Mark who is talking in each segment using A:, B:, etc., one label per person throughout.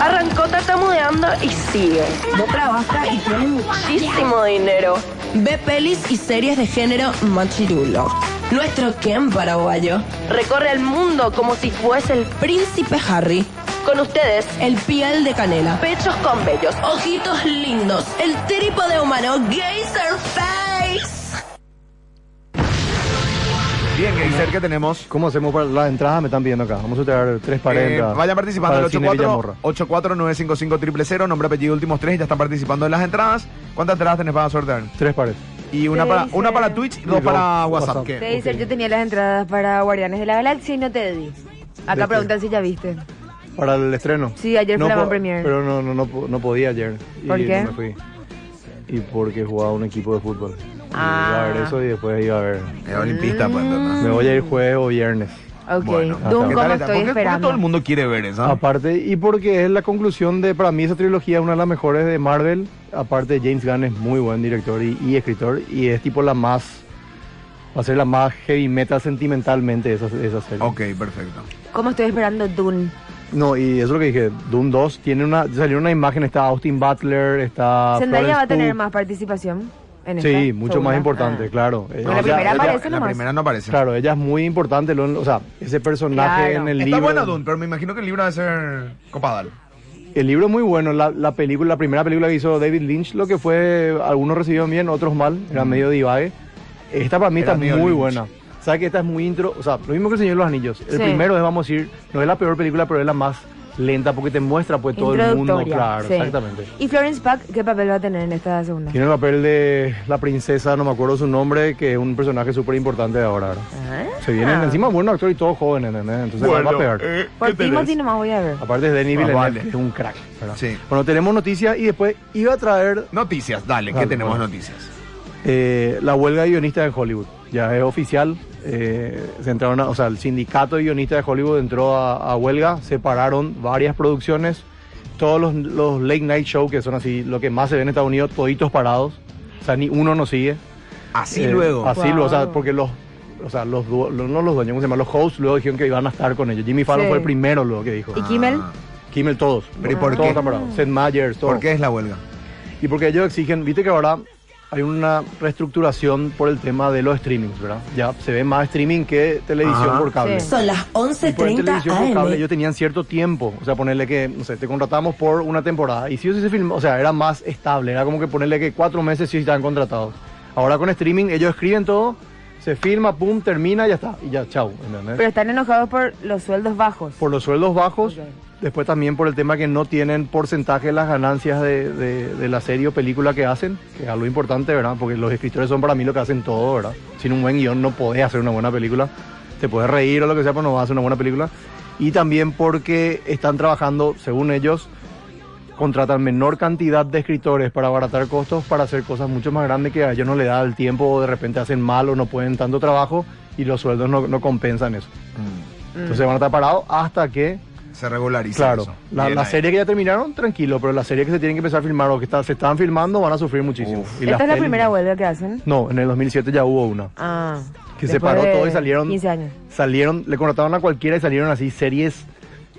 A: Arrancó tartamudeando y sigue.
B: Vos trabajas y tienes muchísimo.
A: Muchísimo dinero.
B: Ve pelis y series de género machirulo. Nuestro Ken paraguayo.
A: Recorre el mundo como si fuese el...
B: Príncipe Harry.
A: Con ustedes,
B: El piel de canela.
A: pechos con bellos.
B: Ojitos lindos. El trípode humano. Geyser Face.
C: Bien, Geyser, ¿qué tenemos?
D: ¿Cómo hacemos para las entradas? Me están pidiendo acá. Vamos a traer tres para
C: Eh,
D: entradas.
C: vayan participando
D: para
C: al
D: el Cine
C: 84
D: Villamorra.
C: 84955 nombre, apellido, últimos tres, ya están participando en las entradas. ¿Cuántas entradas tenés para sortear?
D: Tres pares.
C: Y una para,
E: Geyser.
C: una para Twitch y dos
D: Y dos
C: para WhatsApp.
D: WhatsApp.
C: ¿Qué?
E: Te dice, yo tenía las entradas para Guardianes de la Galaxia y no te di.
D: ¿De
E: Acá
D: qué?
E: preguntan si ya viste.
D: Para el estreno.
E: Sí, ayer fue la
D: po-
E: Van Premier.
D: Pero no, no, no, po- no podía ayer.
E: ¿Por
D: y
E: qué?
D: No me fui. Y porque jugaba un equipo de fútbol. Y
E: Ah.
D: Iba a ver eso y después iba a ver.
C: Eh, olimpista, pues, ¿no?
D: Me voy a ir jueves o viernes.
E: Ok,
C: Bueno,
E: Doom,
C: ¿qué
E: como
C: tal está?
E: estoy
C: ¿Por qué- por qué
E: esperando.
C: todo el mundo quiere ver esa.
D: Aparte, y porque es la conclusión de, para mí, esa trilogía es una de las mejores de Marvel. Aparte, James Gunn es muy buen director y, y escritor. Y es tipo la más. Va a ser la más heavy metal sentimentalmente de esa, de esa serie.
C: Ok, perfecto.
E: Como estoy esperando Dune.
D: No, y eso es lo que dije. Doom 2 tiene una. Salió una imagen, está Austin Butler, está.
E: Zendaya
D: Florence
E: va a tener
D: Pugh.
E: más participación en esta
D: Ah, Sí, mucho
E: segunda.
D: más importante,
E: Ah.
D: claro. Eh,
E: Con la
D: Ella-
E: primera
D: ella-
E: aparece
C: la
E: nomás.
C: primera no aparece.
D: Claro, ella es muy importante. lo- o sea, ese personaje
E: Claro.
D: en el
C: Está
D: libro.
C: buena Dune, pero me imagino que el libro va a ser copadal.
D: El libro es muy bueno. La, la película, la primera película que hizo David Lynch, lo que fue, algunos recibieron bien, otros mal, era medio divague. Esta para mí
C: Mm. Era
D: está muy
C: medio Lynch.
D: buena. ¿Sabes que esta es muy intro? O sea, lo mismo que el Señor de los Anillos. El
E: Sí.
D: primero es, vamos a decir, no es la peor película, pero es la más lenta porque te muestra pues todo el mundo.
E: Introductoria,
D: Claro,
E: sí.
D: exactamente.
E: ¿Y Florence Pack qué papel va a tener en esta segunda?
D: Tiene el papel de la princesa, no me acuerdo su nombre, que es un personaje súper importante de ahora. ¿verdad?
E: Ah,
C: Ah.
D: Se vienen encima buenos actores y todos jóvenes, ¿entendés? Entonces va a pegar.
C: eh,
E: Por
C: ¿qué tenés?
E: Timothy nomás voy a ver.
D: Aparte es Denis
C: Más
D: Villeneuve,
C: vale.
D: que es un crack. ¿verdad?
C: Sí.
D: Bueno, tenemos noticias y después iba a traer
C: Noticias, dale, ¿qué
D: Dale,
C: tenemos
D: bueno.
C: noticias?
D: eh, la huelga de guionistas en Hollywood. Ya es oficial. eh, se entraron a- o sea, el sindicato de guionistas de Hollywood entró a, a huelga, separaron varias producciones. Todos los, los late night show, que son así lo que más se ve en Estados Unidos, toditos parados. O sea, ni uno nos sigue.
C: Así
D: Eh,
C: luego.
D: Así luego, o sea,
E: Wow.
D: porque los. O sea, los, du- los- no los dueños, ¿cómo se llama? Los hosts luego dijeron que iban a estar con ellos. Jimmy Fallon
E: Sí.
D: fue el primero luego que dijo. "Ah,
E: ¿Y Kimmel?
D: Kimmel todos.
C: ¿Pero y por
D: todos
C: qué?
D: están parados. Seth Meyers, todos.
C: Ah, ¿Por qué es la huelga?
D: Y porque ellos exigen, viste que ahora hay una reestructuración por el tema de los streamings, ¿verdad? Ya se ve más streaming que televisión
C: Ajá.
D: por cable.
E: Sí.
B: Son las
D: Y por el
B: 11.30
D: televisión por cable ellos
B: AM.
D: tenían cierto tiempo. O sea, ponerle que, no sé, te contratamos por una temporada. Y si o sí se filmó, o sea, era más estable. Era como que ponerle que cuatro meses sí estaban contratados. Ahora con streaming ellos escriben todo, se filma, pum, termina y ya está. Y ya, chau, ¿entendés?
E: Pero están enojados por los sueldos bajos.
D: por los sueldos bajos,
E: Ok.
D: después también por el tema que no tienen porcentaje de las ganancias de, de- de la serie o película que hacen, que es algo importante, ¿verdad? Porque los escritores son para mí lo que hacen todo, ¿verdad? Sin un buen guión no podés hacer una buena película, te puedes reír o lo que sea, pero no vas a hacer una buena película. Y también porque están trabajando, según ellos, contratan menor cantidad de escritores para abaratar costos, para hacer cosas mucho más grandes que a ellos no le da el tiempo, o de repente hacen mal o no pueden tanto trabajo y los sueldos no- no compensan eso.
E: Mm.
D: Entonces van a estar parados hasta que,
C: Mm. Se regulariza.
D: claro,
C: eso.
D: la,
C: Bien
D: la
C: ahí.
D: serie que ya terminaron, tranquilo, pero la serie que se tienen que empezar a filmar o que está- se están filmando van a sufrir muchísimo.
C: Uf.
D: Y las
E: ¿Esta es la
D: pelis-
E: primera huelga que hacen?
D: No, en el 2007 ya hubo una.
E: Ah.
D: Que se
E: después
D: paró
E: de
D: todo y salieron,
E: 15 años.
D: salieron, le contrataron a cualquiera y salieron así series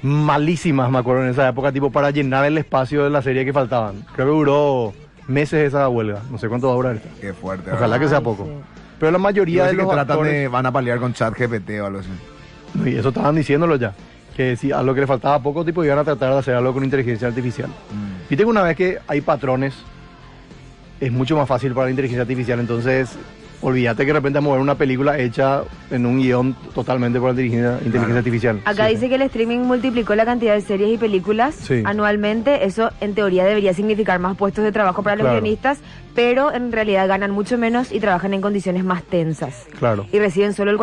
D: malísimas, me acuerdo, en esa época, tipo para llenar el espacio de la serie que faltaban. Creo que duró meses esa huelga, no sé cuánto va a durar esta.
C: Qué fuerte.
D: Ojalá que sea
E: Ay,
D: poco.
E: sí.
D: Pero la mayoría de
C: que
D: los
C: tratan
D: actores-
C: de, van a paliar con chat GPT o algo así.
D: No, Y eso estaban diciéndolo ya. Que si a lo que le faltaba poco tipo iban a tratar de hacer algo con inteligencia artificial.
C: Mm.
D: Viste que una vez que hay patrones, es mucho más fácil para la inteligencia artificial. Entonces, olvídate que de repente vamos a ver una película hecha en un guión totalmente por la inteligencia, inteligencia
C: Claro.
D: artificial.
E: Acá
D: Sí.
E: dice que el streaming multiplicó la cantidad de series y películas
D: Sí.
E: anualmente. Eso en teoría debería significar más puestos de trabajo para los
D: Claro.
E: guionistas, pero en realidad ganan mucho menos y trabajan en condiciones más tensas.
D: Claro.
E: Y reciben solo el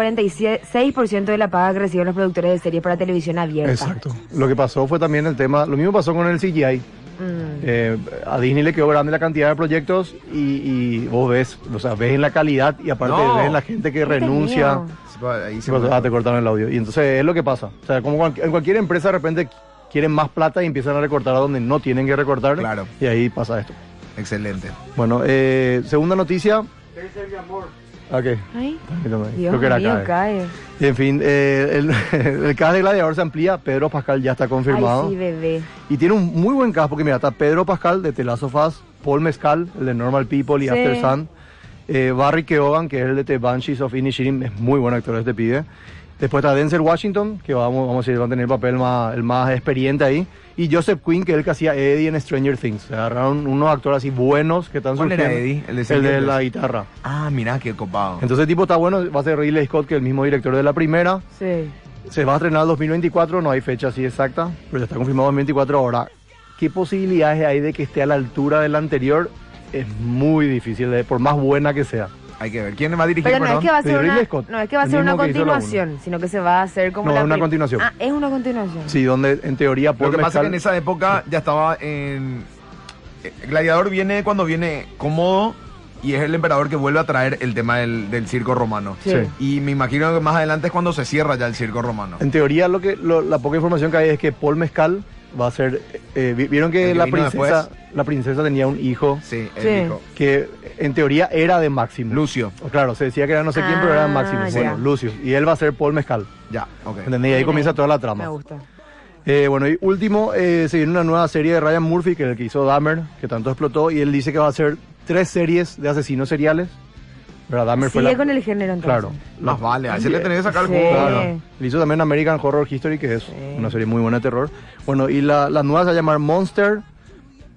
E: 46% de la paga que reciben los productores de series para televisión abierta.
D: Exacto. Lo que pasó fue también el tema, lo mismo pasó con el CGI.
E: Mm.
D: Eh, a Disney le quedó grande la cantidad de proyectos y, y vos ves, o sea, ves en la calidad y aparte
C: No.
D: ves en la gente que
E: Este es
D: renuncia.
E: mío.
C: pues, Ahí se
D: Ah, te cortaron el audio. Y entonces es lo que pasa. O sea, como cual- en cualquier empresa de repente quieren más plata y empiezan a recortar a donde no tienen que recortar.
C: Claro.
D: Y ahí pasa esto.
C: Excelente.
D: Bueno, eh, segunda noticia. Ok.
E: Ay,
D: Tranquilo, Mike.
E: Dios
D: Creo que era
E: mío, E.
D: Cae.
E: cae.
D: En fin, eh, el, el cast de Gladiador se amplía. Pedro Pascal ya está confirmado.
E: Ay, sí, bebé.
D: Y tiene un muy buen cast, porque mira, está Pedro Pascal de The Last of Us, Paul Mescal, el de Normal People
E: Sí.
D: y After Sun, eh, Barry Keoghan, que es el de The Banshees of Inisherin, es muy buen actor este pibe. Después está Denzel Washington, que vamos, vamos a decir, va a tener el papel más, el más experiente ahí. Y Joseph Quinn, que es el que hacía Eddie en Stranger Things. Se agarraron unos actores así buenos que están
C: ¿Cuál era
D: surgiendo.
C: Eddie? El de
D: El de
C: Stranger
D: la
C: Things.
D: guitarra.
C: Ah, mirá qué copado.
D: Entonces, tipo está bueno, va a ser Ridley Scott, que es el mismo director de la primera.
E: Sí.
D: Se va a estrenar el 2024, no hay fecha así exacta, pero ya está confirmado 2024. Ahora, ¿qué posibilidades hay de que esté a la altura del anterior? Es muy difícil, eh, por más buena que sea.
C: Hay que ver. ¿Quién va a dirigir,
E: Pero no es
C: perdón?
E: que va a
D: de
E: ser una,
D: Ridley Scott,
E: no es que va a
D: el
E: ser una
D: mismo que hizo la uno.
E: continuación, sino que se va a hacer como
D: No,
E: la
D: es una
E: prim-
D: continuación.
E: Ah, es una continuación.
D: Sí, donde en teoría
C: Lo
D: Paul
C: que pasa es que en
D: Mescal-
C: esa época ya estaba en... eh, Gladiador viene cuando viene cómodo y es el emperador que vuelve a traer el tema del, del circo romano.
E: Sí.
D: Sí.
C: Y me imagino que más adelante es cuando se cierra ya el circo romano.
D: En teoría, lo que, lo- la poca información que hay es que Paul Mezcal va a ser... eh, vi- Vieron
C: El
D: que
C: que
D: la
C: vino
D: princesa, la princesa tenía un hijo
C: Sí, él
E: Sí.
C: dijo.
D: que en teoría era de Máximo.
C: Lucio.
D: Claro, se decía que era no sé quién, pero era Máximo.
E: Ah,
D: Bueno,
E: ya.
D: Lucio. Y él va a ser Paul Mezcal.
C: Ya, ok.
D: ¿Entendés? Y ahí
E: Mira.
D: comienza toda la trama.
E: Me gusta.
D: Eh, bueno, y último, eh, se viene una nueva serie de Ryan Murphy, que es el que hizo Dahmer, que tanto explotó, y él dice que va a hacer tres series de asesinos seriales. ¿Verdad? Dahmer fue
E: Sigue
D: la-
E: con el género entonces.
D: Claro.
C: Más vale, a ese le tenés que sacar el
E: Sí.
C: juego.
D: Claro. Él hizo también American Horror History, que es una serie muy buena de terror. Bueno, y la, la nueva se va a llamar Monster,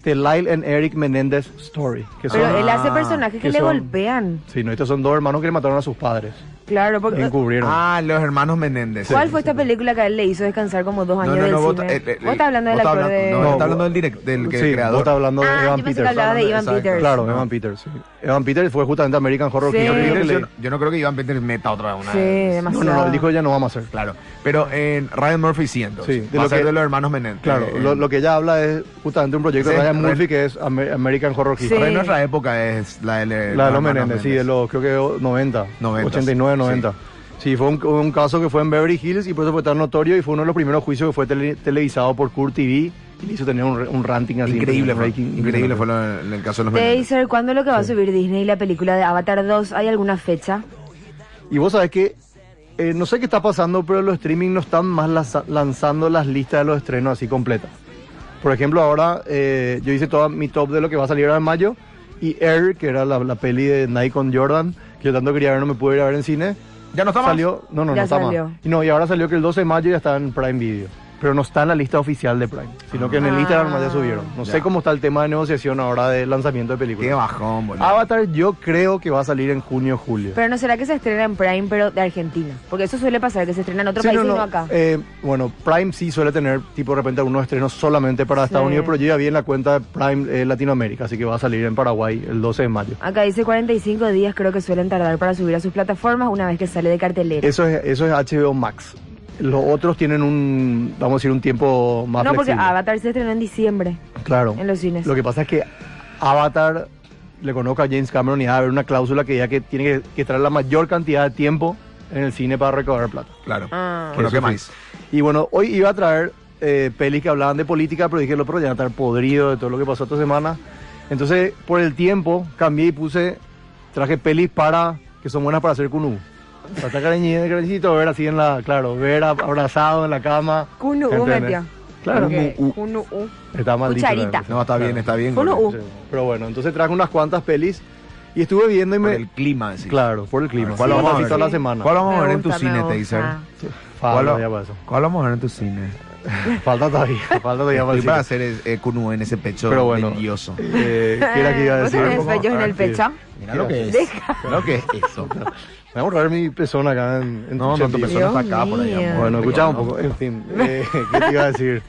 D: The Lyle and Eric Menendez Story. Que son,
E: Pero
C: Ah,
E: él hace personajes que,
D: que
E: le
D: son-
E: golpean.
D: Sí, no, estos son dos hermanos que le mataron a sus padres.
E: Claro, porque eh,
D: Encubrieron.
C: Ah, los hermanos Menéndez.
E: ¿cuál fue esta película que a él le hizo descansar como dos años del
C: vos
E: cine?
C: ta- eh, eh,
E: vos estás hablando del
C: vos
E: actor
C: estás
E: de
C: hablando- No,
D: No,
C: está hablando
D: vos-
C: del, direct, del que-
D: Sí, vos
C: creador.
D: estás hablando de
E: Ah, yo
D: Evan
E: pensé que
D: Peters.
E: hablaba de Ivan
C: Exacto.
E: Peters.
D: Claro,
C: ¿no?
D: Evan Peters, sí. Evan Peters fue justamente American Horror
E: Sí.
D: Story.
C: Peters,
D: que
C: yo,
D: le-
C: no- yo no creo que Iván Peters meta otra una.
E: Sí,
D: No,
E: demasiado.
D: no, no, él dijo ya no vamos a hacer.
C: Claro. Pero en Ryan Murphy sí, entonces.
D: Sí, de
C: va
D: lo
C: a ser
D: que-
C: de los hermanos Menéndez.
D: Claro,
C: Eh,
D: lo, lo que ella habla es justamente un proyecto de
C: Ese es
D: Ryan
C: re-
D: Murphy que es Amer- American Horror
E: Sí.
D: History.
C: Pero en nuestra época es la de
D: La de los Menéndez, sí, de los creo que o- 90,
C: 90,
D: 89,
C: sí.
D: 90. Sí, fue un, un caso que fue en Beverly Hills y por eso fue tan notorio y fue uno de los primeros juicios que fue tele- televisado por Court TV y le hizo tener un, re- un ranting así.
C: Increíble,
D: un
C: fue,
D: ranking
C: increíble fue lo- en el caso de los Menéndez.
E: Taser, ¿cuándo es lo que va a subir Disney la película de Avatar 2? ¿Hay alguna fecha?
D: Y vos sabés que, eh, no sé qué está pasando, pero los streaming no están más laza- lanzando las listas de los estrenos así completas. Por ejemplo, ahora eh, yo hice toda mi top de lo que va a salir ahora en mayo. Y Air, que era la, la peli de Nike con Jordan, que yo tanto quería ver, no me pude ir a ver en cine.
C: Ya no está más.
D: Salió, no, no,
E: Ya
D: no está
E: salió.
D: más. Y no, y ahora salió que el 12 de mayo ya está en Prime Video. Pero no está en la lista oficial de Prime, sino que en el
E: Ah.
D: Instagram ya subieron. No
C: Ya.
D: sé cómo está el tema de negociación ahora de lanzamiento de
C: Qué
D: películas.
C: bajón, boludo.
D: Avatar yo creo que va a salir en junio julio.
E: Pero no será que se estrena en Prime, pero de Argentina. Porque eso suele pasar, que se estrena en otro
D: Sí,
E: país
D: no,
E: y no
D: no.
E: acá.
D: Eh, bueno, Prime sí suele tener, tipo, de repente algunos estrenos solamente para Estados
E: Sí.
D: Unidos, pero yo ya vi en la cuenta de Prime eh, Latinoamérica, así que va a salir en Paraguay el 12 de mayo.
E: Acá dice 45 días creo que suelen tardar para subir a sus plataformas una vez que sale de cartelera.
D: Eso es, eso es HBO Max. Los otros tienen un, vamos a decir, un tiempo más
E: no, porque
D: flexible.
E: Avatar se estrenó en diciembre
D: Claro.
E: en los cines.
D: Lo que pasa es que Avatar, le conozco a James Cameron y va a haber una cláusula que ya que tiene que, que traer la mayor cantidad de tiempo en el cine para recaudar plata.
C: Claro.
E: Ah.
C: Bueno,
D: Eso
C: ¿qué
D: sí.
C: más?
D: Y bueno, hoy iba a traer eh, pelis que hablaban de política, pero dije, lo pero ya estar podrido de todo lo que pasó esta semana. Entonces, por el tiempo, cambié y puse, traje pelis para, que son buenas para hacer kunú. Para estar cariñito, cariñito, ver así en la, claro, ver a- abrazado en la cama.
E: Kunu U,
D: ¿entendés?
E: metió.
D: Claro. Uh,
E: Ok, Kunu U.
D: Está mal dicho,
E: Cucharita. Uh.
D: ¿no?
C: No, está bien, está bien.
E: Uno,
C: boludo.
E: u.
D: Sí. Pero bueno, entonces traje unas cuantas pelis y estuve viendo y
C: Por
D: me...
C: el clima, sí.
D: Claro, por el clima.
C: ¿Cuál
D: Sí,
C: vamos a
D: así
C: ver?
D: toda la semana.
C: ¿Cuál vamos a ver
E: Me
C: en tu
E: gusta, me
C: cine,
E: gusta.
C: Taser?
D: Falta
C: ¿Cuál,
D: todavía para eso.
C: cuál vamos a ver en tu cine?
D: Falta todavía, falta todavía para
C: Estoy
D: el
C: para
D: cine.
C: hacer es- eh, Kunu en ese pecho
D: Pero bueno,
C: brilloso.
D: eh, ¿qué era que iba a
E: ¿Vos
D: decir?
E: tenés
C: ¿Cómo?
E: vellos en
C: Ah,
E: el
D: sí.
E: pecho?
C: Mira lo que es. Mira lo que es eso.
D: Me voy a borrar mi persona acá en, en
C: No, no, tu
D: Chempí.
C: persona está
E: Dios
C: acá por ahí.
E: mío.
C: amor.
D: Bueno,
C: Te
D: escuchamos un
C: conozco.
D: poco. En fin, eh, ¿qué te iba a decir?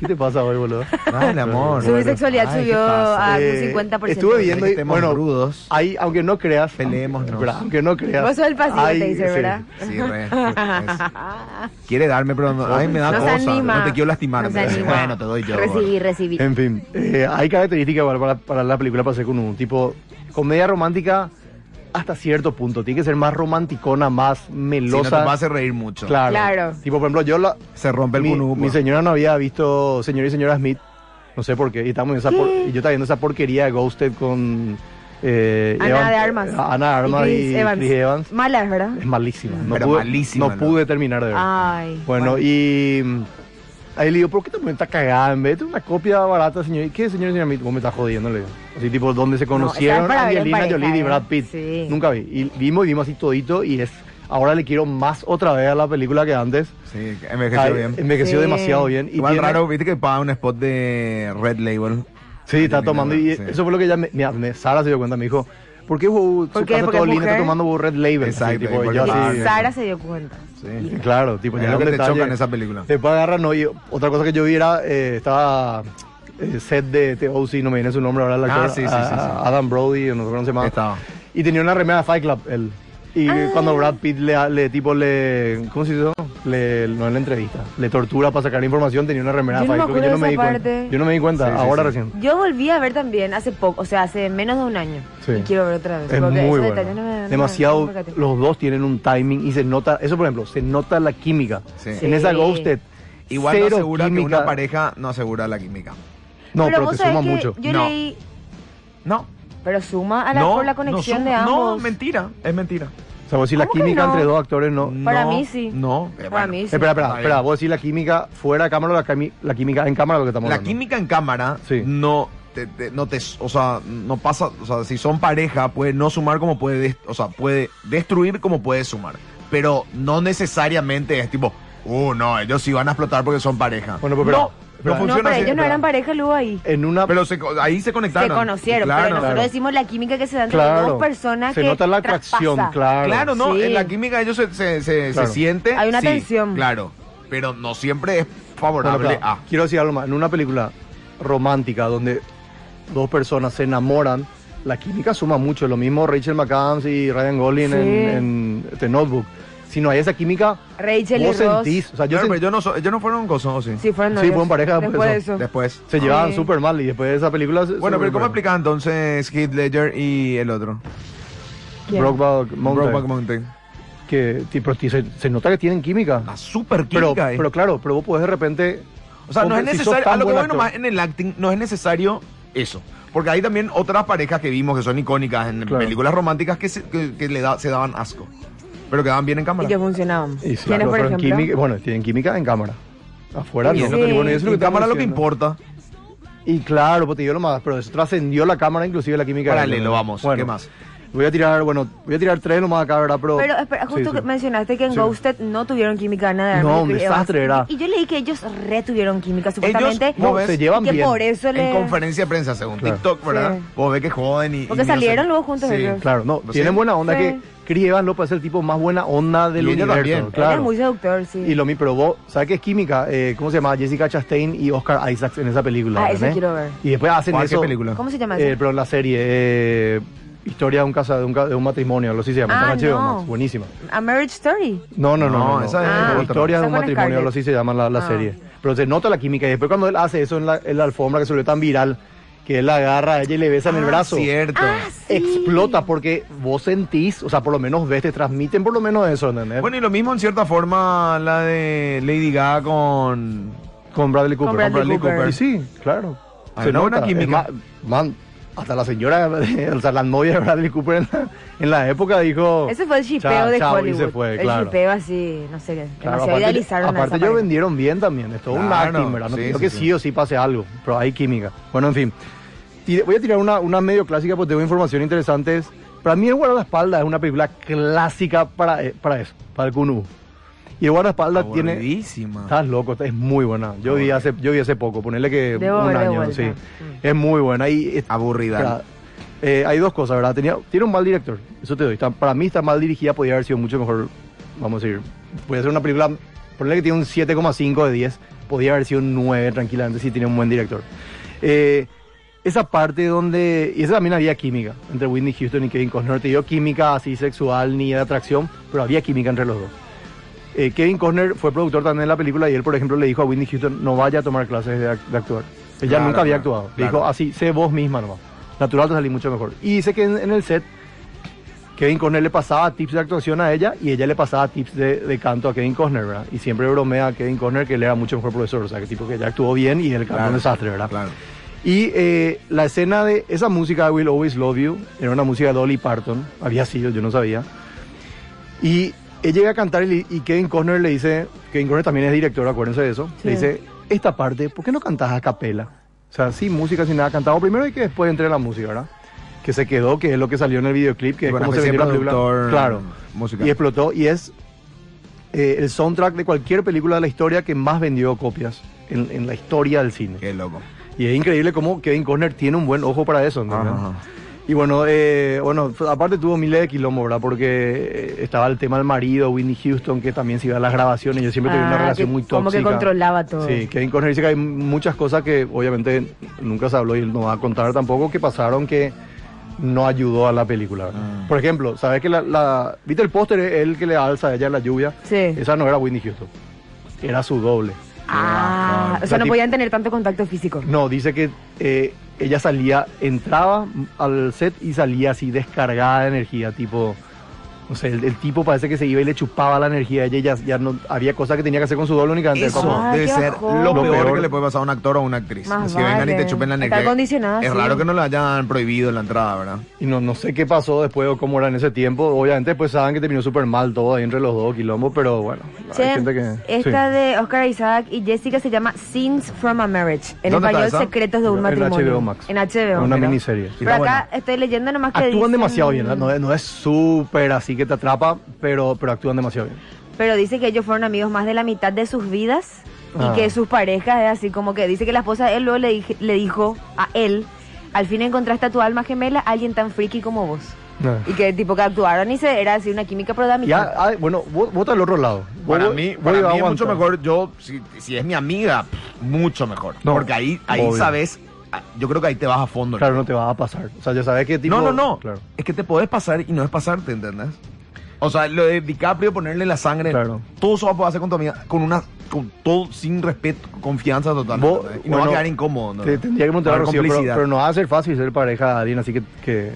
D: ¿Qué te pasa hoy, boludo?
C: Dale, amor.
E: Su bisexualidad
C: Ay, ¿qué
E: subió
C: pasa?
E: a ah, un
D: Eh,
E: 50%.
D: estuve viendo y,
C: Estemos
D: bueno,
C: rudos.
D: ahí, aunque no creas,
C: Peleémonos.
D: espera, aunque no creas.
E: Vos sos el pasivo,
D: hay-
E: te dice,
D: sí.
E: ¿verdad?
C: Sí, re. es- Quiere darme, pero no, ay, me da
E: No se
C: cosa.
E: anima.
C: No te quiero lastimar.
E: No se
C: me dice.
E: anima.
C: Bueno, te doy yo.
E: Recibí, recibí.
D: En fin, eh, hay características para, para- para la película para hacer con un tipo comedia romántica hasta cierto punto. Tiene que ser más romanticona, más
C: Si no
D: melosa.
C: te vas a hacer reír mucho.
D: Claro.
E: Claro.
D: Tipo, por ejemplo, yo la,
C: Se rompe el pues.
D: mi,
C: cunú.
D: mi señora no había visto Señor y Señora Smith, no sé por qué, y, estábamos en esa por- y yo estaba viendo esa porquería de Ghosted con eh,
E: Ana
D: Evan-
E: de Armas.
D: a- Ana de Armas y, Chris Evans.
E: Malas, ¿verdad?
D: Es malísima. No,
C: Pero
D: pude,
C: malísima,
D: no
C: ¿no?
D: pude terminar de ver.
E: Ay.
D: Bueno, y mm, ahí le digo, ¿por qué te pones esta cagada? En vez de una copia barata, señor. ¿Y qué, señor y señora Mead? Vos me estás jodiendo, le digo. Así tipo, ¿dónde se
E: esa
D: conocieron
E: es para ver en
D: Angelina
E: pareja,
D: Jolie y
E: ¿eh?
D: Brad Pitt?
E: Sí.
D: Nunca vi. Y vimos y vimos así todito y es... Ahora le quiero más otra vez a la película que antes.
C: Sí, envejeció
D: Ay,
C: bien.
D: Envejeció
E: Sí.
D: demasiado bien. Y
C: Igual
D: tiene-
C: raro, viste que paga un spot de Red Label.
D: Sí, está tomando. Y
C: Sí.
D: eso fue lo que ella me, mira, me- Sara se dio cuenta, me dijo, ¿por qué wow,
E: ¿Por
D: su
E: qué?
D: casa
E: Porque
D: todo
E: es
D: linda está
E: mujer.
D: tomando wow, Red Label?
C: Exacto,
D: Así, tipo,
C: y porque
D: yo
C: es
E: Y
D: así- eh.
C: mujer.
E: Sara se dio cuenta.
C: Sí.
D: Claro, tipo,
C: Es
D: ya
C: lo que te
D: detalle.
C: choca en esa película.
D: Después agarran, no, y otra cosa que yo vi era, eh, estaba eh, set de TOC, no me viene su nombre ahora, la
C: Ah, sí, sí, sí, sí.
D: Adam Brody, o no sé cómo se llama.
C: Estaba.
D: Y tenía una remera de Fight Club, él. Y
E: Ah.
D: cuando Brad Pitt le, le, tipo, le, ¿cómo se dice eso? Le, no en la entrevista, le tortura para sacar información, tenía una remera
E: Yo
D: de
E: no
D: Fight
E: me
D: Club, que yo no
E: acuerdo
D: me
E: de
D: di
E: esa
D: cuenta.
E: parte.
D: Yo no me di cuenta,
C: Sí, sí,
D: ahora
C: sí.
D: recién.
E: Yo volví a ver también hace poco, o sea, hace menos de un año.
D: Sí.
E: Y quiero ver otra vez.
D: Es
E: porque
D: muy
E: esos
D: bueno.
E: detalles no me- no me- no
D: Demasiado.
E: me percaté.
D: los dos tienen un timing y se nota. Eso, por ejemplo, se nota la química.
C: Sí.
D: En esa
E: Sí.
D: Ghosted.
C: Igual no
D: cero
C: asegura
D: química.
C: que una pareja no asegura la química.
D: No, pero,
E: vos
D: te
E: sabés
D: suma
E: que
D: mucho.
E: Yo
C: No.
E: leí,
C: No.
E: pero suma a la,
C: no,
E: por la
C: no
E: conexión
C: suma-
E: de ambos.
C: No, mentira. Es mentira.
D: O sea, vos decís la
E: ¿Cómo que
D: química
E: no?
D: entre dos actores no.
E: Para
C: No,
E: mí sí.
C: No. eh,
E: Para
C: bueno.
E: mí sí.
D: Espera, espera,
C: Está
D: espera.
C: bien.
D: Vos decís la química fuera de cámara o la, cami- la química en cámara lo que estamos
C: La
D: hablando.
C: química en cámara
D: Sí.
C: no te, te- no te, o sea, no pasa, o sea, si son pareja puede no sumar como puede, des- o sea, puede destruir como puede sumar, pero no necesariamente es tipo, uh, no, ellos sí van a explotar porque son pareja.
D: Bueno, pero-
C: no,
D: pero-
C: no
E: no,
C: funciona
E: pero
C: así.
E: ellos no eran pareja luego ahí.
D: En una.
C: Pero se co- ahí se
E: Se
C: conectaron.
E: conocieron,
C: claro,
E: pero nosotros
D: claro.
E: decimos la química que se da entre
D: claro.
E: dos personas
D: se
E: que
D: nota la
E: traspasa.
D: atracción, claro.
C: Claro, no,
E: Sí.
C: en la química ellos se, se, se- se
D: Claro.
C: siente.
E: Hay una
C: sí,
E: tensión.
C: Claro, pero no siempre es
D: Bueno,
C: favorable
D: claro, ah,
C: a.
D: Quiero decir algo más. En una película romántica donde dos personas se enamoran, la química suma mucho. Lo mismo Rachel McAdams y Ryan Gosling
E: Sí.
D: en, en The Notebook. Si no hay esa química,
E: Rachel y
D: vos
E: Ross.
D: sentís. O sea, yo
C: Claro,
D: sen-
C: pero yo no, so- ellos no fueron gozos, sí.
E: Sí, fueron
D: Sí,
E: novios.
D: fueron pareja después
E: después
D: de
E: de
D: eso.
E: eso.
C: Después.
D: se llevaban
E: Sí.
D: súper mal y después de esa película. se-
C: Bueno,
D: se-
C: pero ¿cómo
D: se-
C: explica entonces Heath Ledger y el otro?
E: ¿Quién?
D: Brokeback Mountain.
C: Brokeback Mountain.
D: Que, tipo, ti- se, se nota que tienen química.
C: La super
D: Pero,
C: Ah, química, eh.
D: pero claro, pero vos podés de repente.
C: O sea, no es
D: Hombre, si sos
C: necesario,
D: tan
C: a lo que
D: buen
C: voy
D: actor.
C: nomás en el acting, no es necesario eso. Porque hay también otras parejas que vimos que son icónicas en
D: Claro.
C: películas románticas que, se, que, que le da, se daban asco. Pero quedaban bien en
E: Y
C: cámara.
E: que funcionaban.
D: Y
E: ¿Quiénes,
D: sí,
E: por
D: pero en
E: ejemplo?
D: química- bueno, tienen química en cámara. Afuera
C: Y
D: no.
C: eso
E: Sí.
D: Y bueno, y eso es lo que
C: en cámara
D: estamos
C: lo que
D: diciendo.
C: importa.
D: Y claro, pues te digo lo más, pero eso trascendió la cámara, inclusive la química. de
C: Paralelo,
D: ellos, ¿no?
C: vamos, ¿qué más?
D: Voy a tirar, bueno, voy a tirar tres nomás acá, ¿verdad? Pero,
E: Pero espera,
D: sí,
E: justo
D: sí.
E: que mencionaste que en
D: Sí.
E: Ghosted no tuvieron química nada de
D: No,
E: Armin
D: un
E: y Evans.
D: desastre era.
E: Y yo leí que ellos re tuvieron química, supuestamente.
C: vos
D: No,
C: ves,
D: se llevan
E: y que
D: bien.
E: por eso le...
C: En conferencia de prensa, según
D: Claro.
C: TikTok, ¿verdad?
E: Sí.
C: Vos ves que joden y.
E: Porque
C: y no sé-
E: salieron luego juntos
C: Pues Sí,
E: ellos.
D: Claro, no,
C: No sé.
D: tienen buena onda
E: Sí.
D: que Chris Evans López es el tipo más buena onda del
C: Y ella
D: universo.
C: también.
E: Era
D: Claro.
E: muy seductor, sí.
D: Y lo mismo, pero vos, ¿sabes qué es química? Eh, ¿Cómo se llama? Jessica Chastain y Oscar Isaacs en esa película.
E: Ah, eso
D: ¿verdad?
E: quiero ver.
D: Y después hacen
C: ¿Cuál,
D: eso.
C: ¿Qué película?
E: ¿Cómo se llama
D: Eh,
E: eso?
D: pero en la serie, eh, Historia de un, casa, de un, ca- de un matrimonio, lo sí se llama.
E: Ah,
D: está en HBO
E: no.
D: Max, Buenísima.
E: A Marriage Story.
D: No, no,
C: No,
D: no. no, no.
C: esa es
E: Ah. otra.
D: Historia de
E: Esa
D: un
E: con
D: matrimonio,
E: Scarlett.
D: algo así se llama la, la
E: Ah.
D: serie. Pero se nota la química. Y después cuando él hace eso en la, en la alfombra que se volvió tan viral, que él la agarra a ella y le besa en el brazo.
C: Cierto.
E: Ah, sí.
D: Explota porque vos sentís, o sea, por lo menos ves, te transmiten por lo menos eso, ¿entendés?
C: Bueno, y lo mismo en cierta forma la de Lady Gaga con.
D: con Bradley Cooper.
E: Bradley Cooper.
D: Y sí, claro.
C: Hay una buena
D: nota.
C: química.
D: Es más, man, hasta la señora, o sea, la novia de Bradley Cooper en la, en la época dijo...
E: Ese fue el
D: "Chao,
E: shipeo de
D: chao",
E: Hollywood.
D: Y se fue,
E: el
D: claro.
E: shipeo así, no sé, qué.
D: Claro,
E: demasiado
D: aparte,
E: idealizaron a
D: aparte
E: esa
D: ellos
E: pareja.
D: vendieron bien también. Es todo un
C: Claro,
D: acting, ¿verdad? No
C: sí,
D: te digo
C: sí,
D: que
C: sí.
D: sí. o sí pase algo, pero hay química. Bueno, en fin. Tire- voy a tirar una, una medio clásica porque tengo información interesante. Para mí, El Guardaespaldas es una película clásica para, eh, para eso, para el Kunu. Y El
C: Ah,
D: Guardaespaldas tiene...
C: Aburridísima.
D: Estás loco, es muy buena.
C: Ah,
D: Yo vi hace, yo vi hace poco, ponerle que
E: Debo
D: un
E: verla de
D: año,
E: vuelta.
D: sí.
E: Mm.
D: Es muy buena. Y
C: Ah,
D: es-
C: Aburrida.
D: Espera, eh, hay dos cosas, ¿verdad? Tenía, tiene un mal director, eso te doy. Está- para mí está mal dirigida, podría haber sido mucho mejor, vamos a decir. Podría ser una película, ponle que tiene un 7,5 de 10, podría haber sido un 9 tranquilamente si tiene un buen director. Eh, esa parte donde, y esa también había química entre Whitney Houston y Kevin Costner. No te dio química así sexual ni de atracción, pero había química entre los dos. Eh, Kevin Costner fue productor también de la película y él, por ejemplo, le dijo a Whitney Houston, no vaya a tomar clases de, ac- de actuar. Ella
C: Claro,
D: nunca había
C: claro,
D: actuado. Le
C: claro.
D: Dijo, así, sé vos misma nomás. Natural te salí mucho mejor. Y dice que en, en el set, Kevin Costner le pasaba tips de actuación a ella y ella le pasaba tips de, de canto a Kevin Costner, ¿verdad? Y siempre bromea a Kevin Costner que él era mucho mejor profesor, o sea, que tipo que ya actuó bien y él cantó
C: Claro,
D: un desastre, ¿verdad?
C: Claro.
D: Y eh, la escena de esa música I Will Always Love You era una música de Dolly Parton, había sido, yo no sabía. Y ella llega a cantar y, le- y Kevin Costner le dice, Kevin Costner también es director, acuérdense de eso, le dice, esta parte, ¿por qué no cantás a capela? O sea, sin música, sin nada, cantado primero y que después entre la música, ¿verdad? Que se quedó, que es lo que salió en el videoclip, que
C: Y bueno,
D: es como se
C: fue
D: vendió la película.
C: productor
D: Claro.
C: musical.
D: Y explotó y es eh, el soundtrack de cualquier película de la historia que más vendió copias en, en la historia del cine.
C: Qué loco.
D: Y es increíble cómo Kevin Costner tiene un buen ojo para eso. ¿entendés?
C: Ajá, ajá.
D: Y bueno, eh, bueno, f- aparte tuvo miles de quilombo, ¿verdad? Porque eh, estaba el tema del marido, Whitney Houston, que también se iba a las grabaciones. Yo siempre tuve
E: Ah,
D: una relación
E: que
D: muy tóxica.
E: como que controlaba todo.
D: Sí, Kevin Costner dice que hay muchas cosas que obviamente nunca se habló y él no va a contar tampoco que pasaron que no ayudó a la película. ¿verdad?
C: Ah.
D: Por ejemplo, ¿sabes que la, la- ¿Viste el póster? Es El que le alza a ella en la lluvia.
E: Sí.
D: Esa no era Whitney Houston. Era su doble.
E: Ah, o sea, no podían tener tanto contacto físico.
D: No, dice que eh, ella salía, entraba al set y salía así descargada de energía, tipo, no sé, el, el tipo parece que se iba y le chupaba la energía a ella, ya, ya no había cosas que tenía que hacer con su doble únicamente.
C: Eso
D: como-
E: Ay,
C: debe
E: qué
C: ser
E: bajón.
C: lo
D: Lo
C: peor,
D: peor.
C: que le puede pasar a un actor o a una actriz.
E: Más
C: Es que vengan y te
E: vale.
C: chupen la
E: Está
C: energía.
E: condicionada,
C: Es
E: sí.
C: raro que no lo hayan prohibido en la entrada, ¿verdad?
D: Y no, no sé qué pasó después o cómo era en ese tiempo. Obviamente, pues saben que terminó súper mal todo ahí entre los dos quilombos, pero bueno,
E: Che,
D: hay gente que.
E: esta
D: sí.
E: de Oscar Isaac y Jessica se llama Scenes from a Marriage. En
C: ¿Dónde está
E: español,
C: esa?
E: Secretos de un
D: En
E: matrimonio.
D: HBO Max.
E: En HBO.
D: Una
E: mira.
D: miniserie.
E: Pero
C: Está
E: acá estoy leyendo nomás que
D: Actúan
E: dicen-
D: demasiado bien, ¿eh? ¿no? no es- no es súper así que te atrapa, pero, pero actúan demasiado bien.
E: Pero dice que ellos fueron amigos más de la mitad de sus vidas
D: Ah.
E: y que sus parejas es así como que dice que la esposa de él luego le, dije- le dijo a él, al fin encontraste a tu alma gemela, alguien tan friki como vos. Y que tipo que actuaron y se era así una química pero de amistad.
D: Ya, ah, bueno, vos, vos al otro lado. Vos-
C: Para
D: vos-
C: mí,
D: vos
C: para
D: iba a
C: mí es mucho
D: aguantar.
C: mejor. Yo, si, si es mi amiga, pff, mucho mejor.
D: No,
C: Porque ahí, ahí
D: obvio.
C: sabes, ah, yo creo que ahí te vas a fondo.
D: Claro, no te va a pasar. O sea, ya sabes qué tipo.
C: no, no, no.
D: Claro.
C: Es que te podés pasar y no es pasarte, ¿entendés? O sea, lo de DiCaprio, ponerle la sangre,
D: Claro.
C: todo eso va a poder hacer con tu amiga, con una, con todo sin respeto, con confianza total.
D: Vos-
C: ¿entendés? y no va a
D: bueno,
C: quedar incómodo. ¿no?
D: Te- tendría que montar
C: Va a haber
D: Rocío, pero,
C: complicidad.
D: pero no va a ser fácil ser pareja de alguien, así que. que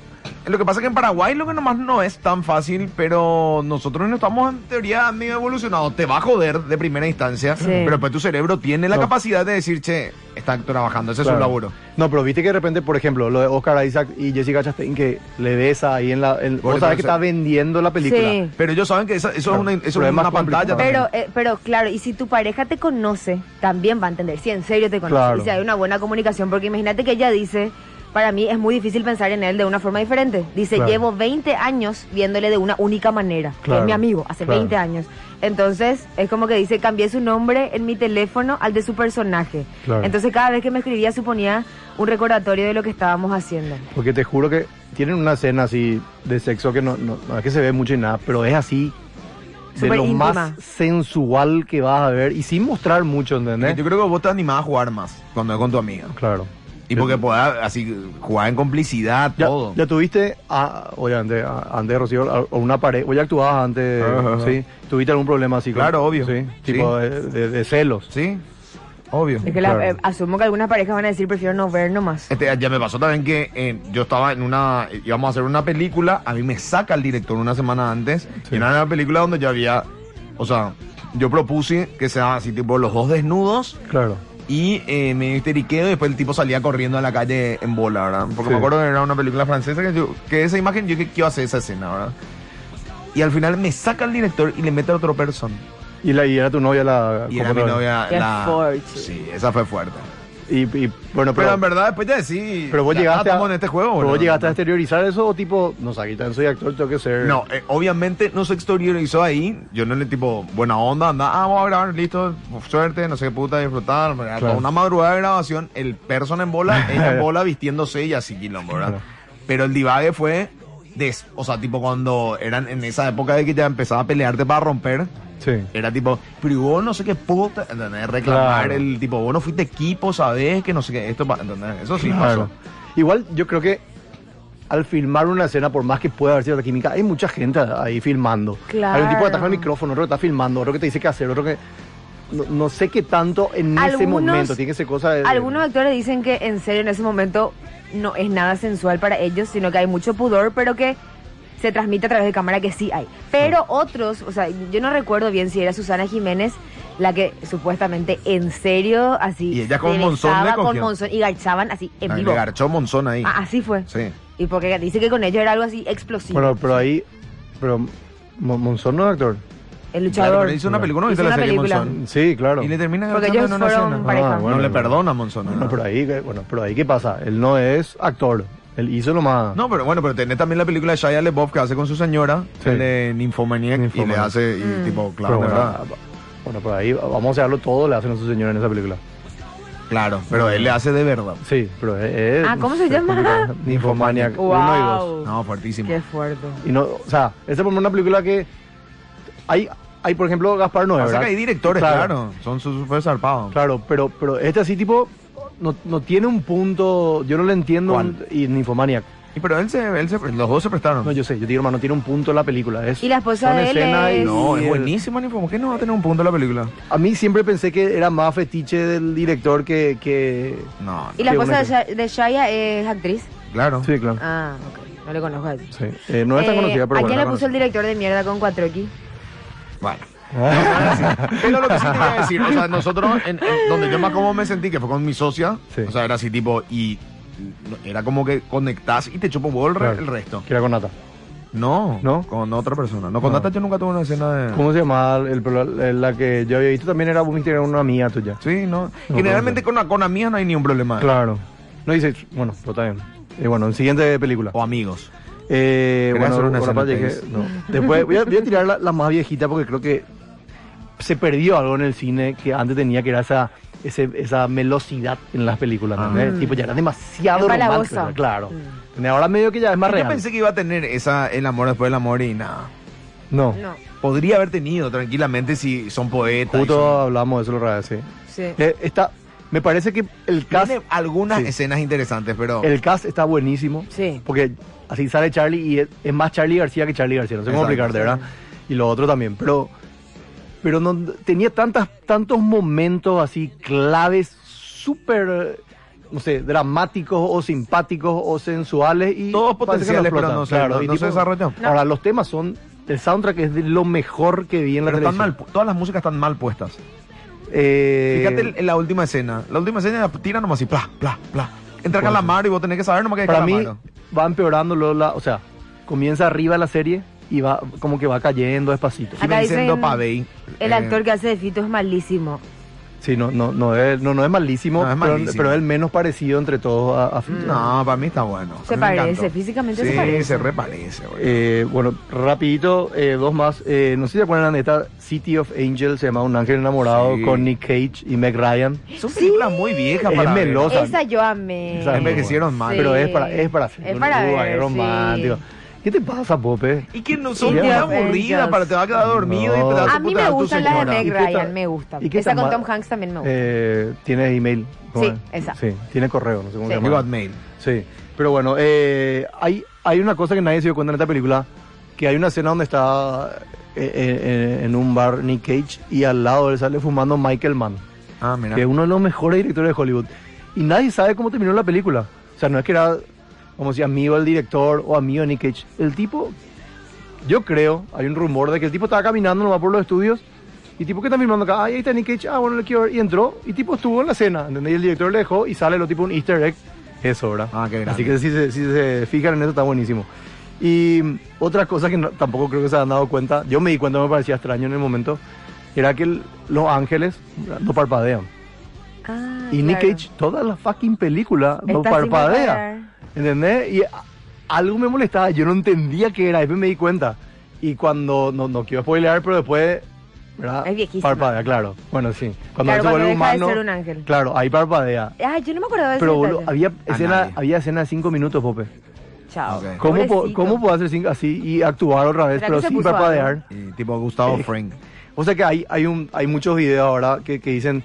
C: Lo que pasa es que en Paraguay lo que nomás no es tan fácil, pero nosotros no estamos en teoría medio evolucionados. Te va a joder de primera instancia,
E: Sí.
C: pero después tu cerebro tiene la
D: No.
C: capacidad de decir, che, está trabajando, ese es
D: claro.
C: su laburo.
D: No, pero viste que de repente, por ejemplo, lo de Oscar Isaac y Jessica Chastain que le besa ahí en la. En,
C: Bueno,
D: vos sabés que
C: entonces-
D: está vendiendo la película.
E: Sí.
C: Pero ellos saben que esa- eso
D: Claro.
C: es una, eso es
D: Problemas
C: una pantalla también.
D: complicados.
E: Pero, eh, pero claro, y si tu pareja te conoce, también va a entender, si en serio te conoce,
D: Claro.
E: y si hay una buena comunicación, porque imagínate que ella dice, para mí es muy difícil pensar en él de una forma diferente. Dice,
D: Claro.
E: llevo 20 años viéndole de una única manera, que
D: Claro,
E: es mi amigo, hace
D: claro.
E: 20 años. Entonces, es como que dice, cambié su nombre en mi teléfono al de su personaje.
D: Claro.
E: Entonces, cada vez que me escribía suponía un recordatorio de lo que estábamos haciendo.
D: Porque te juro que tienen una escena así de sexo que no, no, no es que se ve mucho y nada, pero es así. De
E: Súper
D: lo
E: íntima.
D: más sensual que vas a ver y sin mostrar mucho, ¿entendés?
C: Yo creo que vos te animás a jugar más cuando es con tu amiga.
D: Claro.
C: Y porque podás así jugar en complicidad,
D: Ya,
C: todo.
D: ya tuviste, a, obviamente, a- antes de Rocío, a, a una pareja, o ya actuabas antes,
C: Ajá, ajá.
D: ¿sí? ¿Tuviste algún problema así? con-
C: Claro, obvio.
D: ¿Sí? Tipo De, de- de celos.
C: ¿Sí? Obvio.
E: Es que la- eh,
D: Claro.
E: asumo que algunas parejas van a decir, prefiero no ver nomás.
C: Este, ya me pasó también que eh, yo estaba en una. íbamos a hacer una película, a mí me saca el director una semana antes.
D: Sí.
C: Y era una película donde ya había. O sea, yo propuse que sea así, tipo los dos desnudos
D: Claro.
C: y eh, medio histeriqueo. Y después el tipo salía corriendo a la calle en bola, ¿verdad? Porque
D: Sí.
C: me acuerdo que era una película francesa que, yo, que esa imagen yo que quiero hacer esa escena, ¿verdad? Y al final me saca el director y le mete a otra persona.
D: Y, la, y era tu novia la...
C: Y
D: Ah, ¿cómo
C: era mi
D: era?
C: novia.
A: Qué
C: la-
A: fuerte.
C: Sí, esa fue fuerte.
D: Y, y, bueno, pero...
C: Pero, en verdad, después ya sí.
D: pero vos
C: ya
D: llegaste,
C: estamos
D: a,
C: en este juego,
D: pero
C: boludo.
D: vos llegaste a exteriorizar eso o tipo, no sé, aquí también soy actor, tengo que ser...
C: No, eh, obviamente no se exteriorizó ahí. Yo no le tipo, buena onda, anda, ah, vamos a grabar, listo, suerte, no sé qué puta, disfrutar. Era toda Una madrugada de grabación, el person en bola, ella en bola vistiéndose y así quilombo, ¿verdad?
D: Claro.
C: Pero el divague fue, des- o sea, tipo cuando eran en esa época de que ya empezaba a pelearte para romper.
D: Sí.
C: Era tipo, pero vos no sé qué puta, ¿entendés? Reclamar
D: Claro.
C: el tipo, vos no fuiste equipo, sabés que no sé qué, esto, pa- ¿entendés? Eso sí
D: Claro.
C: pasó.
D: Igual yo creo que al filmar una escena, por más que pueda haber cierta química, hay mucha gente ahí filmando.
E: Claro.
D: Hay un tipo que ataca el micrófono, otro que está filmando, otro que te dice qué hacer, otro que... No, no sé qué tanto en ese
E: Algunos-
D: momento. Tiene que ser cosa de...
E: Algunos actores dicen que en serio en ese momento no es nada sensual para ellos, sino que hay mucho pudor, pero que se transmite a través de cámara que sí hay. Pero otros, o sea, yo no recuerdo bien si era Susana Jiménez la que supuestamente en serio así
C: Y ella con
E: se
C: Monzón
E: besaba
C: le
E: con
C: cogió.
E: Monzón y garchaban así en
C: Ah,
E: vivo.
C: Le garchó Monzón ahí.
E: Ah, así fue.
C: Sí.
E: Y porque dice que con ellos era algo así explosivo.
D: Bueno, pero ahí. Pero Mon- Monzón no es actor.
E: el
C: Claro,
E: luchador.
C: pero hizo una película, ¿no viste
E: Hizo
C: la
E: una
C: serie
E: película.
C: Monzón?
D: Sí, claro.
C: Y le termina
E: Porque
C: garchando
E: ellos
C: en una
E: fueron
C: escena.
E: pareja.
D: Ah, bueno,
C: no le
D: pero-
C: perdona a Monzón. No,
D: Bueno, pero ahí, que- bueno, pero ahí, ¿qué pasa? Él no es actor. Él hizo lo más.
C: No, pero bueno, pero tenés también la película de Shia LeBoff que hace con su señora,
D: Sí.
C: el de Nymphomaniac, y le
D: Nymphomaniac.
C: hace, y
E: Mm.
C: tipo, claro,
D: pero
C: de
D: bueno,
C: verdad.
D: ah, bueno, pero ahí vamos a darlo todo, le hacen a su señora en esa película.
C: Claro, pero él le hace de verdad.
D: Sí, pero es. es-
E: Ah, ¿cómo se
D: es
E: llama?
D: complicado. Nymphomaniac
E: Wow.
D: 1 y 2.
C: No, fuertísimo.
E: Qué fuerte.
D: Y no, o sea, esta es una película que hay, hay por ejemplo, Gaspar Noé,
C: Pasa
D: ¿verdad?
C: que hay directores, claro, son su- súper zarpados.
D: Claro, pero, pero este así tipo no, no tiene un punto, yo no le entiendo
C: ¿Cuál? Ah.
D: un- y Nymphomaniac.
C: Y pero él se, él se, los dos se prestaron.
D: No, yo sé, yo digo, hermano, no tiene un punto la película. Es,
E: Y la esposa
D: son
E: de él
D: escenas
E: es-
C: No, es
D: el-
C: buenísimo, ni como que no va a tener un punto la película.
D: A mí siempre pensé que era más fetiche del director que... que...
C: No,
E: ¿Y la
D: Qué
E: esposa de,
D: bonito.
E: Shia- de Shaya es actriz?
C: claro.
D: Sí, claro.
E: Ah, ok. No le conozco a ella.
D: Sí. Eh, no es tan
E: Eh,
D: conocida, pero
E: ¿A
D: bueno.
E: quién
C: la
E: le puso
C: conozco.
E: el director de mierda con Cuatroqui?
C: Bueno. Pero lo que sí te voy a decir, o sea, nosotros, en- en donde yo más como me sentí, que fue con mi socia,
D: Sí.
C: o sea, era así tipo, y no, era como que conectás y te chupa un huevo el, re-
D: Claro.
C: el resto.
D: Que era con Nata.
C: No,
D: ¿No?
C: con otra persona. No, con
D: No.
C: Nata yo nunca tuve una escena de...
D: ¿Cómo se llamaba? El, el- la que yo había visto también era, vos viste que era una amiga tuya.
C: Sí, no. Generalmente con, una- con amigas no hay ni un problema.
D: Claro. Ah. No dice, bueno, pero está bien. Y bueno, siguiente película.
C: O amigos.
D: Eh,
C: Quería
D: bueno,
C: hacer una
D: ahora
C: escena
D: para
C: de
D: llegué- no. Después voy a, voy a tirar la, la más viejita porque creo que se perdió algo en el cine que antes tenía, que era esa, ese- esa melosidad en las películas. ¿no?
C: Ah.
D: Eh, Tipo, ya era demasiado
E: Es
D: romántico,
E: balabosa.
D: claro. Ahora medio que ya es más
C: Yo
D: real.
C: pensé que iba a tener esa el amor después del amor y nada.
D: No,
E: No,
C: Podría haber tenido tranquilamente si son poetas. y
D: justo hablamos de eso la otra vez, sí.
E: sí.
D: Eh, está- me parece que el
C: son-
D: cast,
C: Tiene algunas
D: Sí.
C: escenas interesantes, pero...
D: el cast está buenísimo.
E: Sí.
D: Porque así sale Charlie y es, es más Charlie García que Charlie García, no sé cómo
C: Exacto,
D: explicarte, ¿verdad? Y lo otro también, pero pero no tenía tantas tantos momentos así claves súper no sé, dramáticos o simpáticos o sensuales y
C: Todos
D: parece que
C: potenciales,
D: explotan,
C: pero no se- no-
D: y
C: no se desarrolló.
D: Ahora los temas son el soundtrack es de lo mejor que vi en la
C: pero están mal,
D: televisión.
C: pu- todas las músicas están mal puestas.
D: Eh,
C: Fíjate en- en la última escena. La última escena la tira nomás así, pla, pla, pla. Entra Calamaro y vos tenés que saber nomás que es
D: para mí
C: Calamaro.
D: va empeorando luego la, o sea, comienza arriba la serie y va como que va cayendo despacito.
C: Y
E: Acá
C: venciendo
E: dicen
C: Pavey.
E: El
C: eh,
E: actor que hace de Fito es malísimo.
D: Sí, no, no, no, es, no, no es malísimo,
C: No, es
D: pero-
C: malísimo.
D: pero es el menos parecido entre todos a, a Fito.
C: No, para mí está bueno. A
E: Se
C: mí me
E: parece,
C: encantó.
E: físicamente
C: Sí,
E: se parece.
C: se reparece, boludo.
D: Eh, bueno, rapidito, eh, dos más. Eh, no sé si se acuerdan de esta City of Angels, se llama Un Ángel Enamorado,
C: Sí.
D: con Nick Cage y Meg Ryan.
E: Eh,
C: Son películas muy viejas
D: Es
C: para ver.
D: melosa. O sea,
E: Esa yo amé.
D: esa es muy
C: Envejecieron mal.
E: Sí.
D: Pero es para es para,
E: Es para
D: Uy,
E: ver,
D: romántico.
E: sí.
D: ¿Qué te pasa, Pope?
C: Y que no son
E: Sí,
C: muy
E: Dios,
C: aburridas
E: Dios.
C: para te va a quedar dormido
D: No.
C: y te vas
E: A mí me gustan las de Meg
D: ¿Y qué
E: Ryan,
D: tal-
E: me gusta.
D: y qué
E: Esa
D: tan
E: con
D: ma-
E: Tom Hanks también me gusta.
D: Eh, ¿Tienes email? ¿Cómo
E: Sí,
D: es?
E: esa.
D: Sí, tiene correo, no sé cómo
E: Sí.
D: se
C: You
D: llama.
C: got mail.
D: Sí, pero bueno, eh, hay, hay una cosa que nadie se dio cuenta en esta película, que hay una escena donde está eh, eh, en un bar Nick Cage y al lado de él sale fumando Michael Mann,
C: Ah, mira.
D: que es uno de los mejores directores de Hollywood. Y nadie sabe cómo terminó la película. O sea, no es que era como si amigo del director o amigo de Nick Cage. El tipo, yo creo, hay un rumor de que el tipo estaba caminando nomás por los estudios. Y tipo que está filmando acá, "Ay, ahí está Nick Cage, ah, bueno, le quiero ver. Y entró, y tipo estuvo en la escena, ¿entendés? Y el director le dejó y sale lo tipo un easter egg. Eso, ¿verdad?
C: Ah, qué grande.
D: Así que si se, si se fijan en eso está buenísimo. Y mm, otra cosa que no- tampoco creo que se han dado cuenta, yo me di cuenta, me parecía extraño en el momento, era que el- los ángeles no parpadean.
E: Ah,
D: y Nick
E: claro.
D: Cage, toda la fucking película no
E: Está sin
D: parpadea.
E: parpadear.
D: ¿Entendés? Y a- algo me molestaba, yo no entendía qué era, después me di cuenta. Y cuando, no, no quiero spoilear, pero después, ¿verdad?
E: Es viejísima.
D: Parpadea, claro. Bueno, sí. Cuando
E: Claro,
D: él se
E: cuando deja
D: vuelve
E: de
D: humano.
E: ser un ángel.
D: Claro, ahí parpadea.
E: Ay, Ah, yo no me acordaba de ese
D: Pero boludo,
E: detalle.
D: había
C: A
D: escena,
C: nadie.
D: había escena de cinco minutos, Pope.
E: Chao.
C: Ok.
D: ¿Cómo, po-
E: Pobrecito.
D: ¿Cómo puedo hacer sin- así y actuar otra vez,
E: ¿Será
D: pero
E: que se
D: sin
E: puso
D: parpadear?
E: algo?
C: Y tipo Gustavo Frank.
D: O sea que hay, hay, un, hay muchos videos ahora que, que dicen,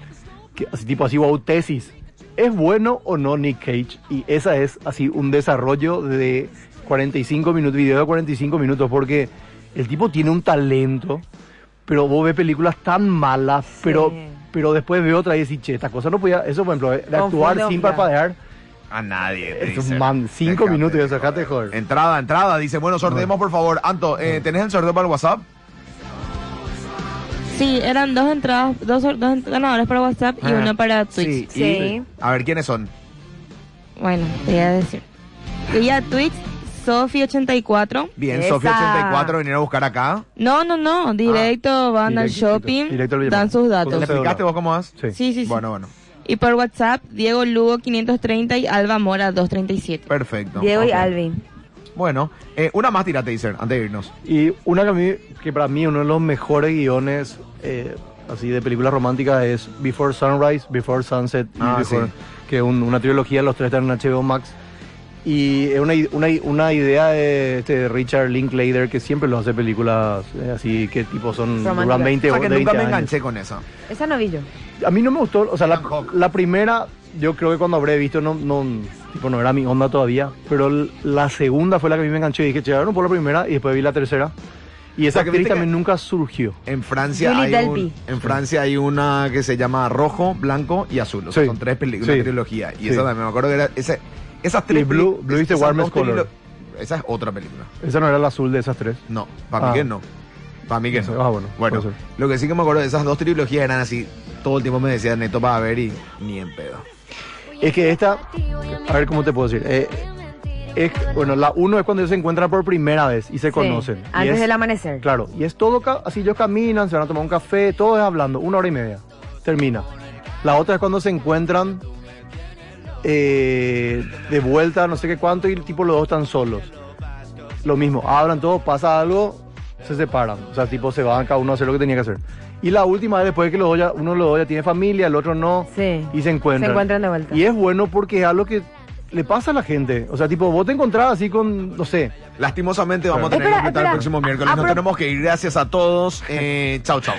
D: que, así, tipo así, wow, tesis. ¿Es bueno o no Nick Cage? Y esa es así un desarrollo de 45 minutos, video de 45 minutos, porque el tipo tiene un talento, pero vos ves películas tan malas, pero, pero después veo otra y decís, che, esta cosa no podía, eso por ejemplo, de actuar
E: Confunde,
D: sin
E: claro.
D: parpadear,
C: A nadie. te
D: es un
C: dicen.
D: man, cinco
C: Dejate,
D: minutos y eso,
C: joder.
D: dejate joder.
C: Entrada, entrada. Dice, bueno, sorteemos por favor. Anto, eh, ¿tenés el sorteo para el WhatsApp?
F: Sí, eran dos entradas, dos, dos ganadores para WhatsApp y
C: Ah,
F: una para
C: Sí,
F: Twitch.
C: y-
E: Sí.
C: A ver, ¿quiénes son?
F: Bueno, te voy a decir. Ella Twitch, Sofi84.
C: Bien,
E: Esa.
C: Sofía84 vinieron a buscar acá.
F: No, no,
C: Ah,
F: no, directo van al
D: directito,
F: shopping,
D: directo al Villamar.
F: dan sus
C: ¿Le
F: datos.
D: Entonces-
C: explicaste vos cómo vas?
D: Sí.
F: Sí, sí, sí.
C: Bueno, bueno.
F: Y por WhatsApp, Diego Lugo 530 y Alba Mora 237.
C: Perfecto.
E: Diego y
C: ok.
E: Alvin.
C: Bueno, eh, una más tirate, Taser, antes de irnos.
D: Y una que, a mí, que para mí uno de los mejores guiones eh, así de películas románticas es Before Sunrise, Before Sunset, y
C: Ah,
D: Before-
C: sí.
D: que es un- una trilogía, los tres están en HBO Max. Y es una, i- una i- una idea de este Richard Linklater que siempre lo hace películas eh, así que tipo son
E: Románticas.
D: duran 20
C: O sea
D: o
C: que nunca
D: 20
C: me
D: años.
C: enganché con esa.
E: Esa no vi yo.
D: A mí no me gustó, o sea, la,
C: Tampoco.
D: la primera, yo creo que cuando habré visto, no, no, tipo, no era mi onda todavía, pero l- la segunda fue la que a mí me enganchó y dije, llegaron por la primera y después vi la tercera. Y esa
C: O sea, que
D: actriz
C: viste que-
D: también nunca surgió.
C: En Francia,
E: Julie
C: hay un-
E: Delpy.
C: en Francia hay una que se llama Rojo, Blanco y Azul. O sea,
D: Sí.
C: son tres películas,
D: Sí.
C: trilogía. Y
D: Sí.
C: esa también me acuerdo que era. ese- esas tres.
D: Y Blue-
C: peli-
D: Blue is the
C: esas
D: warmest
C: dos trilo-
D: color.
C: Esa es otra película.
D: Esa no era la azul de esas tres.
C: No, para mí
D: Ah.
C: que no. Para mí que no.
D: Ah, bueno,
C: Bueno,
D: puede ser.
C: lo que sí que me acuerdo de esas dos trilogías eran así. Todo el tiempo me decían Neto para ver y ni en pedo.
D: Es que esta, a ver cómo te puedo decir. eh, es, bueno, la uno es cuando ellos se encuentran por primera vez y se
E: Sí,
D: conocen. Y
E: Antes
D: es-
E: del amanecer.
D: Claro, y es todo ca- así, ellos caminan, se van a tomar un café, todo es hablando, una hora y media, termina. La otra es cuando se encuentran eh, de vuelta, no sé qué cuánto, y el tipo los dos están solos. Lo mismo, hablan todo, pasa algo, se separan. O sea, tipo se van cada uno a hacer lo que tenía que hacer. Y la última es después de que los dos ya- uno de los dos ya tiene familia, el otro no,
E: Sí.
D: y se encuentran.
E: Se encuentran de vuelta.
D: Y es bueno porque es algo que le pasa a la gente. O sea, tipo, vos te encontrás así con, no sé,
C: Lastimosamente vamos a tener
E: Espera,
C: que quitar el
E: espera.
C: próximo miércoles.
E: Ah,
C: Nos
E: pero-
C: tenemos que ir. Gracias a todos. Eh, chau, chau.